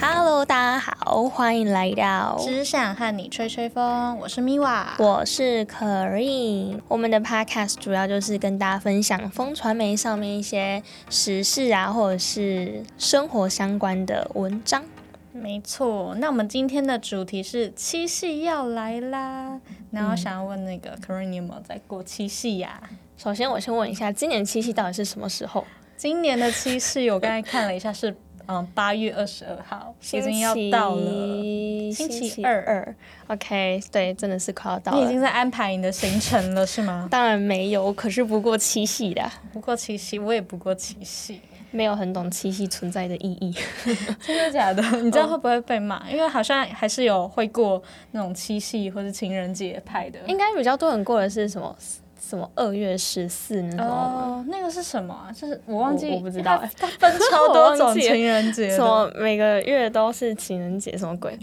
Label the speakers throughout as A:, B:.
A: Hello，大家好，欢迎来到
B: 只想和你吹吹风，我是咪娃。
A: 我是可瑞。我们的 Podcast 主要就是跟大家分享风传媒上面一些时事啊，或者是生活相关的文章。
B: 没错，那我们今天的主题是七夕要来啦，然后想要问那个 Karen，你有没有在过七夕呀、
A: 首先，我先问一下，今年七夕到底是什么时候？
B: 今年的七夕，我刚才看了一下是。 嗯，八月二十二号已经要到了，
A: 星
B: 星期
A: 期
B: 二
A: 二。OK，对，真的是快要到
B: 你已经
A: 了。
B: 在安排你的行程了，是吗？
A: 当然没有，我可是不过七夕的，
B: 不过七夕，我也不过七夕，
A: 没有很懂七夕存在的意义。
B: 真的假的？你知道会不会被骂？因为好像还是有会过那种七夕或是情人节派的。
A: 应该比较多人过的是什么什么二月十四那种。
B: 哦，那个是什么啊？就是我忘记，
A: 我我不知道欸
B: 它它 分超多
A: 我
B: 种
A: 忘记了
B: 情人节的，
A: 什么每个月都是情人节，什么 鬼？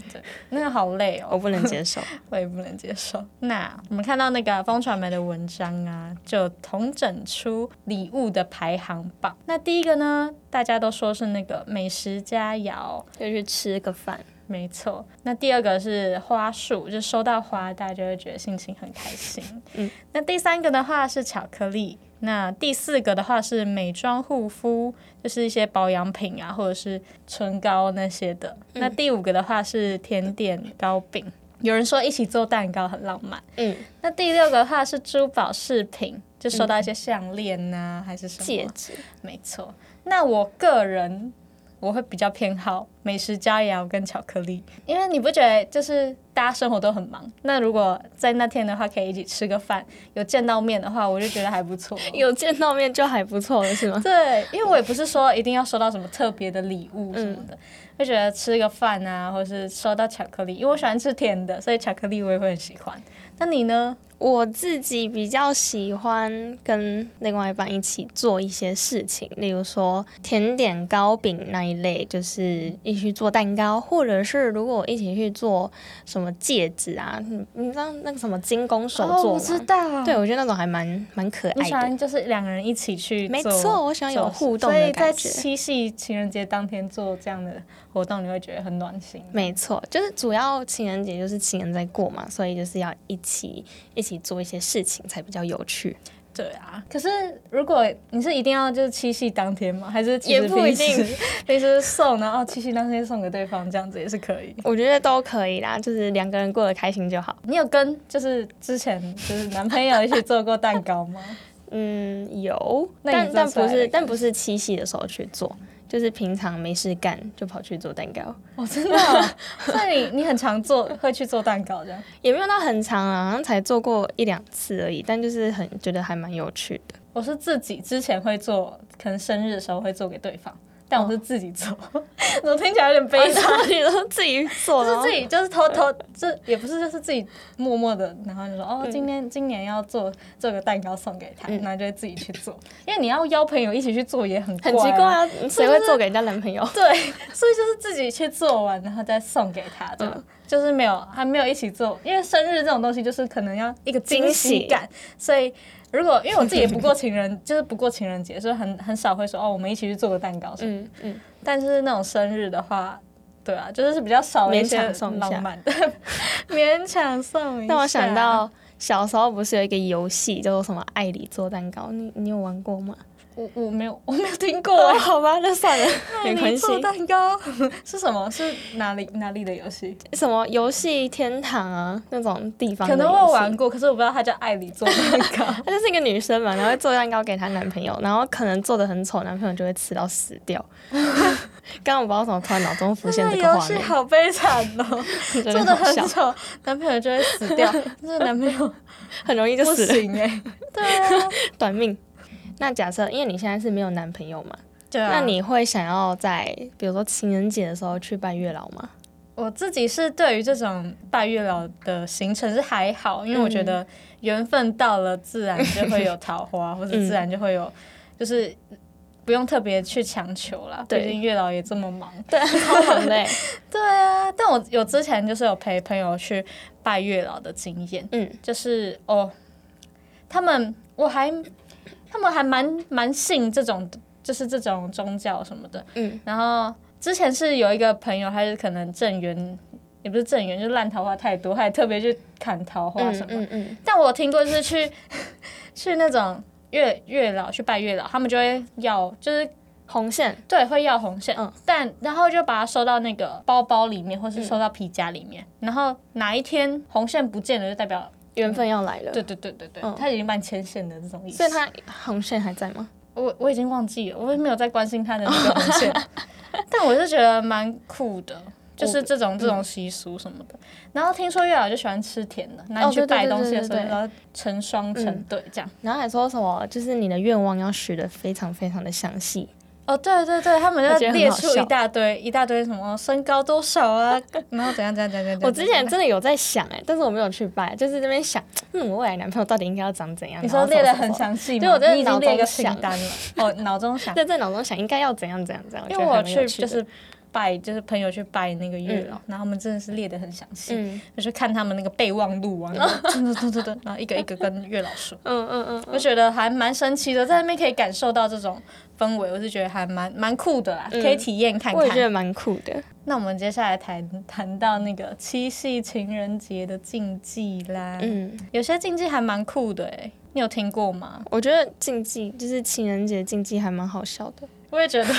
B: 那个好累
A: 我
B: 哦，
A: 不能接受。
B: 我也不能接受。那我们看到那个风传媒的文章啊，就统整出礼物的排行榜。那第一个呢，大家都说是那个美食佳肴，
A: 就去吃个饭，
B: 没错。那第二个是花束，就收到花，大家就会觉得心情很开心。嗯。那第三个的话是巧克力，那第四个的话是美妆护肤，就是一些保养品啊，或者是唇膏那些的。那第五个的话是甜点糕饼，有人说一起做蛋糕很浪漫。
A: 嗯，
B: 那第六个的话是珠宝饰品，就收到一些项链呐、还是什么
A: 戒指。
B: 没错，那我个人我会比较偏好美食佳肴跟巧克力，因为你不觉得就是大家生活都很忙，那如果在那天的话可以一起吃个饭，有见到面的话，我就觉得还不错。
A: 有见到面就还不错了，是吗？
B: 对，因为我也不是说一定要收到什么特别的礼物什么的，会觉得吃个饭啊，或是收到巧克力，因为我喜欢吃甜的，所以巧克力我也会很喜欢。那你呢？
A: 我自己比较喜欢跟另外一半一起做一些事情，例如说甜点、糕饼那一类，就是一起去做蛋糕，或者是如果一起去做什么戒指啊，你你知道那个什么精工手作
B: 哦我
A: 吗？
B: 知道，
A: 哦对，我觉得那种还蛮蛮可
B: 你
A: 爱
B: 喜
A: 的。
B: 欢就是两个人一起去做，
A: 没错我喜欢有
B: 做
A: 互动
B: 所
A: 的
B: 以在
A: 感觉
B: 七夕情人节当天做这样的活动，你会觉得很暖心。
A: 没错，就是主要情人节就是情人在过嘛，所以就是要一起一起做一些事情才比较有趣。
B: 对啊，可是如果你是一定要就是七夕当天吗？还是其实
A: 也不一
B: 平时
A: 定，
B: 平时送，然后七夕当天送给对方，这样子也是可以。
A: 我觉得都可以啦，就是两个人过得开心就好。
B: 你有跟就是之前就是男朋友一起做过蛋糕 吗？
A: 嗯，有，
B: 那
A: 但
B: 你做
A: 但
B: 出来
A: 不
B: 的
A: 是
B: 感
A: 但不是七夕的时候去做，就是平常没事干就跑去做蛋糕，
B: 哦，真的哦、 所以你你很常做，会去做蛋糕这样。
A: 也没有到很长啊，好像才做过一两次而已，但就是很觉得还蛮有趣的。
B: 我是自己之前会做，可能生日的时候会做给对方，但我是自己做， 怎么听起来有点悲伤？
A: 你都自己做，
B: 就是自己就是偷偷，这也不是就是自己默默的，然后就说哦，今天今年要做做个蛋糕送给他，然后就会自己去做， 因为你要邀朋友一起去做也很
A: 很奇怪
B: 啊。
A: 啊，谁会做给人家男朋友？
B: 对，所以就是自己去做完，然后再送给他，这样、就是没有还没有一起做，因为生日这种东西就是可能要一个惊喜感，所以如果因为我自己也不过情人，就是不过情人节，所以很很少会说哦，我们一起去做个蛋糕什么。
A: 嗯嗯，
B: 但是那种生日的话，对啊，就是比较少了一些
A: 勉强送一下
B: 浪漫的，勉强送一下。
A: 让我想到
B: 啊
A: 小时候不是有一个游戏叫做什么“爱里做蛋糕”，你你有玩过 吗？
B: 我我没有我没有听过
A: 哦，
B: 哎，
A: 好吧，那算了， 没
B: 那
A: 关
B: 你
A: 系
B: 做。蛋糕是什么？是哪里哪里的游戏？
A: 什么游戏天堂啊那种地方，
B: 可能我有玩。过，可是我不知道它叫爱里做蛋糕。
A: 她就是一个女生嘛，然后会做蛋糕给她男朋友，然后可能做的很丑，男朋友就会吃到死 掉。刚刚我不知道为什么突然脑中浮现
B: 那
A: 这个
B: 游
A: 画
B: 戏
A: 面，
B: 好悲惨哦，
A: 真的
B: 做的很
A: 笑，
B: 丑，男朋友就会死 掉，这男朋友
A: 很容易就
B: 不
A: 死了，
B: 行哎、 对啊，
A: 短命。那假设因为你现在是没有男朋友嘛，
B: 对啊。
A: 那你会想要在比如说情人节的时候去拜月老吗？
B: 我自己是对于这种拜月老的行程是还好，因为我觉得缘分到了，自然就会有桃花，或者自然就会有，就是不用特别去强求啦。
A: 对
B: 毕竟月老也这么忙。
A: 对，超忙 的欸。
B: 对啊，但我有之前就是有陪朋友去拜月老的经验，
A: 嗯，
B: 就是哦，他们我还他们还蛮蛮信这种，就是这种宗教什么的，
A: 嗯，
B: 然后之前是有一个朋友，他是可能正缘也不是正缘，就是烂桃花太多，他还特别去砍桃花什么。
A: 嗯嗯
B: 但我听过就是去 去那种月月老去拜月老，他们就会要就是
A: 红线，
B: 对会要红线，
A: 嗯
B: 但然后就把它收到那个包包里面，或是收到皮夹里面。然后哪一天红线不见了，就代表
A: 缘分要来了。
B: 对对对对对，
A: 嗯
B: 他已经办牵线的这种意思。
A: 所以他红线还在吗？
B: 我我已经忘记了，我也没有在关心他的那个红 线，但我是觉得蛮酷的，就是这种这种习俗什么的。然后听说月老就喜欢吃甜的，那你去
A: 对对
B: 拜
A: 对
B: 东西的
A: 对
B: 时候，
A: 对对
B: 然后成双成对这样。
A: 然后还说什么，就是你的愿望要许的非常非常的详细，
B: 哦，对对对，他们
A: 我
B: 要
A: 觉得很
B: 列
A: 好
B: 出
A: 笑
B: 一大堆一大堆什么哦身高多少啊， 然后怎样怎样怎样怎样。
A: 我之前真的有在想哎、但是我没有去拜，就是这边想，嗯，我未来男朋友到底应该要长怎样？
B: 你
A: 然
B: 说
A: 后什么
B: 列的
A: 什么
B: 很
A: 什么，
B: 详细吗，
A: 对我真的
B: 你已经
A: 脑
B: 列一
A: 中
B: 个清
A: 想
B: 单了。 哦，脑中想，
A: 在在脑中想应该要怎样怎样怎样，
B: 因
A: 觉
B: 为
A: 得
B: 我
A: 还蛮有
B: 去
A: 趣的
B: 就是拜，就是朋友去拜那个月老，然后他们真的是列的很详细，
A: 嗯
B: 就是看他们那个备忘 录啊，然后真的真的真的，然后一个一个跟月老说，
A: 嗯嗯嗯
B: 我觉得还蛮神奇的，在那边可以感受到这种氛围，我是觉得还蛮蛮酷的啦，可以体验看
A: 嗯，我也觉
B: 看。
A: 得蛮酷的。
B: 那我们接下来谈谈到那个七夕情人节的禁忌啦，
A: 嗯，
B: 有些禁忌还蛮酷的诶、欸你有听过吗？
A: 我觉得禁忌就是情人节禁忌还蛮好笑的，
B: 我 也觉得。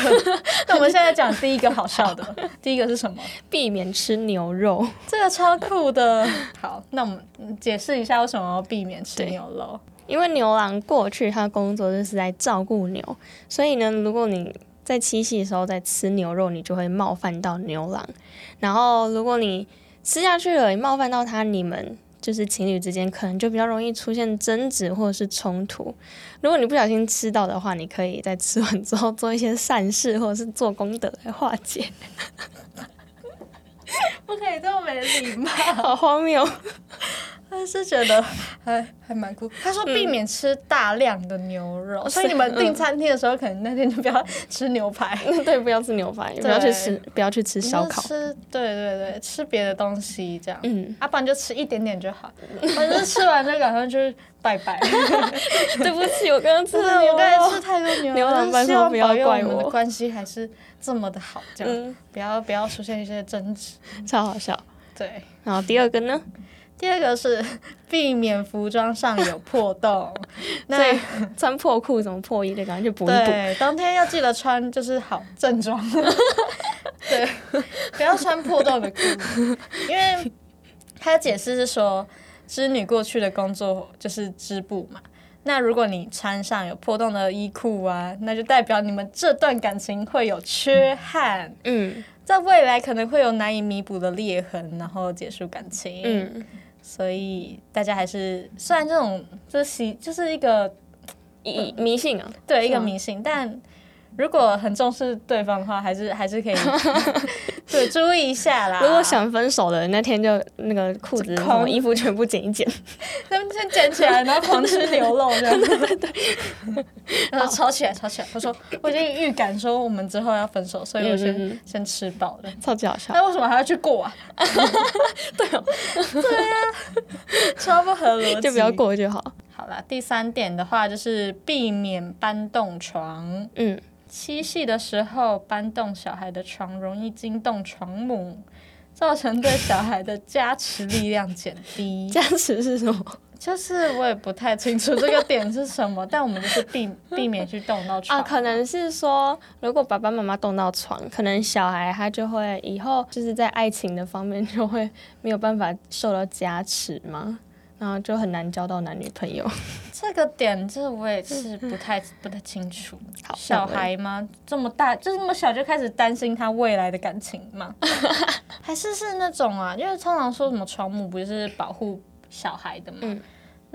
B: 那我们现在讲第一个好笑的，第一个是什么？
A: 避免吃牛肉。
B: 这个超酷的。 好，那我们解释一下为什么要避免吃
A: 对
B: 牛肉。
A: 因为牛郎过去他工作就是在照顾牛，所以呢，如果你在七夕的时候在吃牛肉，你就会冒犯到牛郎。然后如果你吃下去了，你冒犯到他，你们就是情侣之间可能就比较容易出现争执或者是冲突。如果你不小心吃到的话，你可以在吃完之后做一些善事或者是做功德 来化解。
B: 不可以这么没礼貌，
A: 好荒谬！
B: 他是觉得还还蛮酷。他说避免吃大量的牛肉，所以你们订餐厅的时候，可能那天就不要吃牛排，
A: 对，不要吃牛排，不要去
B: 对
A: 吃，不要去吃 烧烤
B: 你就。吃对对对，吃别的东西这样。啊
A: 嗯，
B: 要、不然就吃一点点就 好，反正吃完就赶快去拜 拜。
A: 对不起，我刚刚吃
B: 真
A: 了
B: 的，
A: 牛
B: 我刚才
A: 肉
B: 吃。太多 牛
A: 牛
B: 了，
A: 郎
B: 但
A: 拜
B: 是希
A: 托
B: 望
A: 不要
B: 保佑
A: 怪
B: 我们的
A: 我
B: 关系还是这么的好，这样、
A: 嗯，
B: 不要不要出现一些争执。
A: 超好 笑。
B: 对，
A: 然后第二个呢？
B: 第二个是 避免服装上有破 洞，那
A: 所以穿破裤什么破衣的，赶快去补一补。
B: 对当天要记得穿就是好 正装，对，不要穿破洞的裤子，因为他解释是说，织女过去的工作就是织布嘛。那如果你穿上有破洞的衣裤啊，那就代表你们这段感情会有缺憾。
A: 嗯
B: 在未来可能会有难以弥补的裂痕，然后结束感情。，
A: 嗯，
B: 所以大家还是虽然这种这习就是一个
A: 迷迷信啊，
B: 对一
A: 是
B: 个
A: 吗
B: 迷信，但如果很重视对方的话，还是还是可以 对注意一下啦。
A: 如果想分手的那天就那个裤子、什么
B: 空
A: 衣服全部剪一 剪，
B: 他们先捡起来，然后狂吃牛肉 这样。对对对， 然后吵起来，吵起来。我说我已经预感说我们之后要分手，所以我先、
A: 嗯嗯
B: 先吃饱了。
A: 超级好哦笑。
B: 那为什么还要去过 啊？ 对哦，对啊，超不合逻辑。
A: 啊就不要。过就好。
B: 好啦，第三点的话就是避免搬动床。
A: 嗯，
B: 七夕的时候搬动小孩的床，容易惊动床母，造成对小孩的加持力量减低。
A: 加持是什么
B: 就是我也不太清楚这个点是什么，但我们就是 避避免去动到床。
A: 啊？可能是说，如果爸爸妈妈动到床，可能小孩他就会以后就是在爱情的方面就会没有办法受到加持嘛，然后就很难交到男女朋友。
B: 这个点，这我也是不太不太清楚。
A: 好
B: 小孩吗？这么大，就是那么小就开始担心他未来的感情 吗？还是是那种啊？因为通常说什么床母不是保护小孩的嘛，
A: 嗯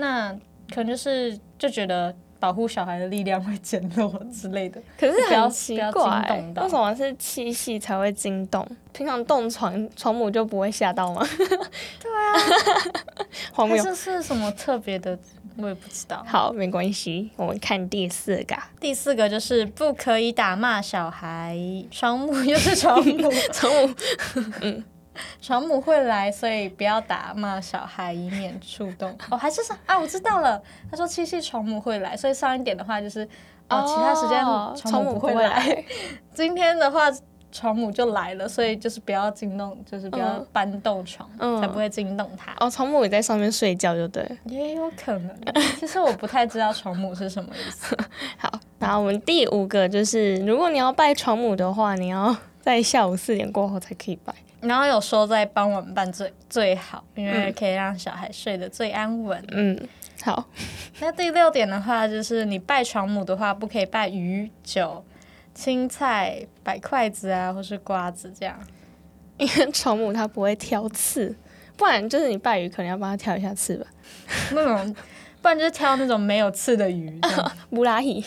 B: 那可能就是就觉得保护小孩的力量会减弱之类的。
A: 可是
B: 不要
A: 很奇
B: 不要
A: 怪、
B: 惊动到
A: 为什么是七夕才会惊动？平常动床床母就不会吓到吗？对啊， 荒
B: 还
A: 谬。
B: 是是什么特别的？我也不知道。
A: 好，没关系，我们看第四个啊，
B: 第四个就是不可以打骂小孩，床母又是床母，
A: 床母
B: 床母会来，所以不要打骂小孩，以免触动。 哦，还是上啊，我知道了。他说七夕床母会来，所以上一点的话就是，哦，其他时间
A: 哦
B: 床母不会
A: 床母不会
B: 来。今天的话床母就来了，所以就是不要惊动，就是不要
A: 嗯
B: 搬动床，
A: 嗯
B: 才不会惊动它。
A: 哦，床母也在上面睡觉，就对了。
B: 也有可能，其实我不太知道床母是什么意思。
A: 好，然后我们第五个就是，如果你要拜床母的话，你要在下午四点过后才可以拜。
B: 然后有说在傍晚办最最好，因为可以让小孩睡得最安稳。
A: 嗯，好，
B: 那第六点的话，就是你拜床母的话，不可以拜鱼、酒、青菜、摆筷子啊，或是瓜子这样。
A: 因为床母它不会挑刺，不然就是你拜鱼可能要帮它挑一下刺吧。
B: 那种，不然就是挑那种没有刺的鱼这样。
A: 布拉伊。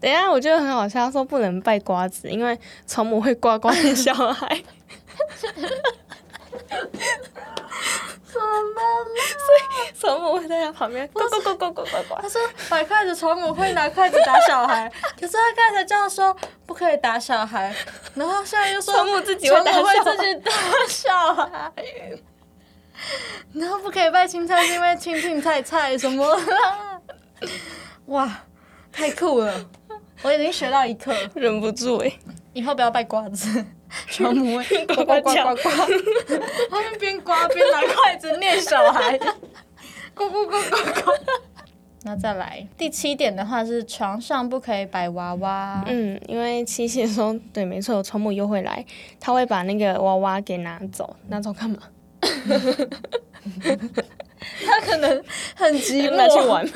A: 等一下，我觉得很好笑，他说不能拜瓜子，因为床母会呱呱的小孩，
B: 怎么？
A: 床母会在他旁边呱呱呱呱呱呱呱。
B: 他说摆筷子，床母会拿筷子打小孩， 可是他刚才叫说不可以打小孩，然后现在又说
A: 床母自己会打
B: 床母会
A: 小孩
B: 自己打小孩。然后不可以拜青菜，是因为青青菜菜什么？哇，太酷了！我已经学到一课，
A: 忍不住哎、
B: 以后不要拜瓜 子，床母 会
A: 呱呱叫
B: 呱，他们边刮边拿筷子念小 孩，呱呱呱呱呱。那再来第七点的话是床上不可以摆娃娃，
A: 嗯，因为七夕的时候，对，没错，床母又会来，他会把那个娃娃给拿走，拿走 干嘛？
B: 他可能很寂
A: 拿去
B: 寞，
A: 玩，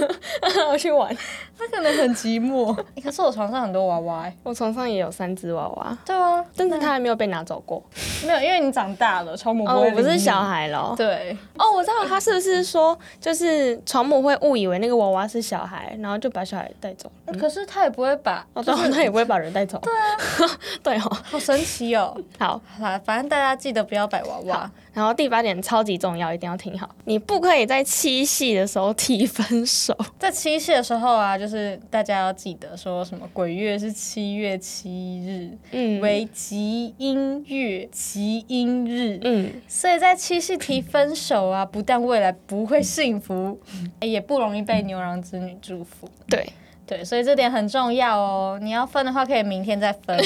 A: 拿去玩。
B: 他可能很寂寞。 欸可是我床上很多娃娃、欸，
A: 我床上也有三只娃娃，
B: 对啊，
A: 但是它还没有被拿走过。
B: 没有，因为你长大了，床母不
A: 哦，
B: 会
A: 我
B: 理你
A: 不是小，孩咯。
B: 对，
A: 哦，我知道他是不是说，就是床母会误以为那个娃娃是小孩，然后就把小孩带走。
B: 可是他也不会把，
A: 哦，对哦，他也不会把人带走。对啊， 对哦。
B: 好神奇哦。
A: 好，
B: 好啦，反正大家记得不要摆娃娃。
A: 然后第八点超级重要，一定要听好，你不可以在七夕的时候提分手。
B: 在七夕的时候啊，就是大家要记得说什么鬼月是七月七日，
A: 嗯
B: 为吉阴月、吉阴日。
A: 嗯，
B: 所以在七夕提分手啊，不但未来不会幸福，也不容易被牛郎织女祝福。
A: 对，
B: 对，所以这点很重要哦。你要分的话，可以明天再 分，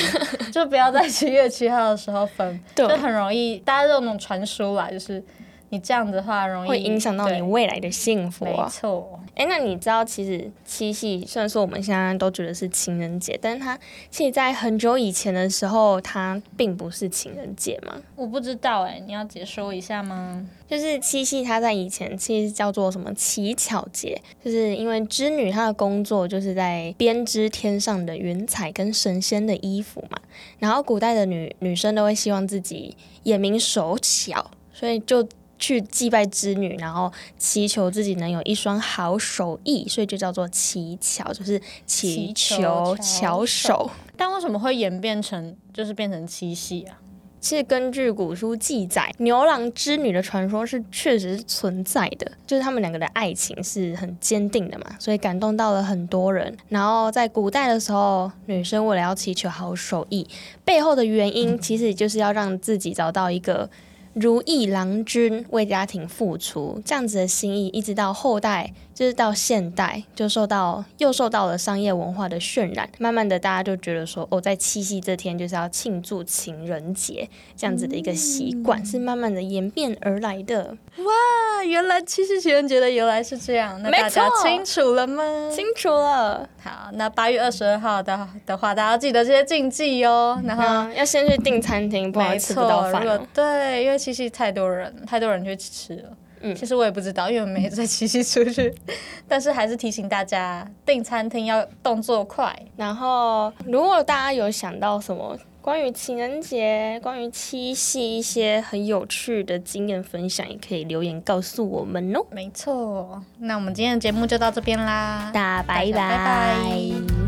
B: 就不要在七月七号的时候分，
A: 对
B: 就很容易大家都有那种传说啦，就是你这样子的话，容易
A: 会影响到你
B: 对
A: 未来的幸福
B: 没
A: 啊。
B: 错，
A: 哎，那你知道其实七夕虽然说我们现在都觉得是情人节，但是它其实在很久以前的时候，它并不是情人节嘛。
B: 我不知道哎、你要解说一下吗？
A: 就是七夕，它在以前其实叫做什么乞巧节，就是因为织女她的工作就是在编织天上的云彩跟神仙的衣服嘛。然后古代的女女生都会希望自己眼明手巧，所以就去祭拜织女，然后祈求自己能有一双好手艺，所以就叫做乞巧，就是祈
B: 祈
A: 求
B: 求
A: 巧
B: 巧
A: 手
B: 手。但为什么会演变成就是变成七夕啊？
A: 其实根据古书记载，牛郎织女的传说是确实是存在的，就是他们两个的爱情是很坚定的嘛，所以感动到了很多人。然后在古代的时候，女生为了要祈求好手艺，背后的原因其实就是要让自己找到一个。如意郎君为家庭付出这样子的心意，一直到后代，就是到现代，就受到又受到了商业文化的渲染，慢慢的大家就觉得说，哦，在七夕这天就是要庆祝情人节，这样子的一个习
B: 嗯
A: 惯、是慢慢的演变而来的。
B: 啊，原来七夕情人节的由来是这样，那
A: 没
B: 大家
A: 错
B: 清楚了吗？
A: 清楚了，
B: 好，那八月二十二号的的话，大家要记得这些禁忌哦。然后，
A: 嗯，要先去订餐厅，不然
B: 没
A: 会吃不
B: 错，
A: 到饭
B: 如
A: 哦
B: 果。对，因为七夕太多人，太多人去吃了。
A: 嗯
B: 其实我也不知道，因为我没在七夕出去， 但是还是提醒大家订餐厅要动作快。
A: 然后，如果大家有想到什么关于情人节、关于七夕一些很有趣的经验分享，也可以留言告诉我们哦。
B: 没错，那我们今天的节目就到这边啦，
A: 大家拜
B: 大家拜拜
A: 拜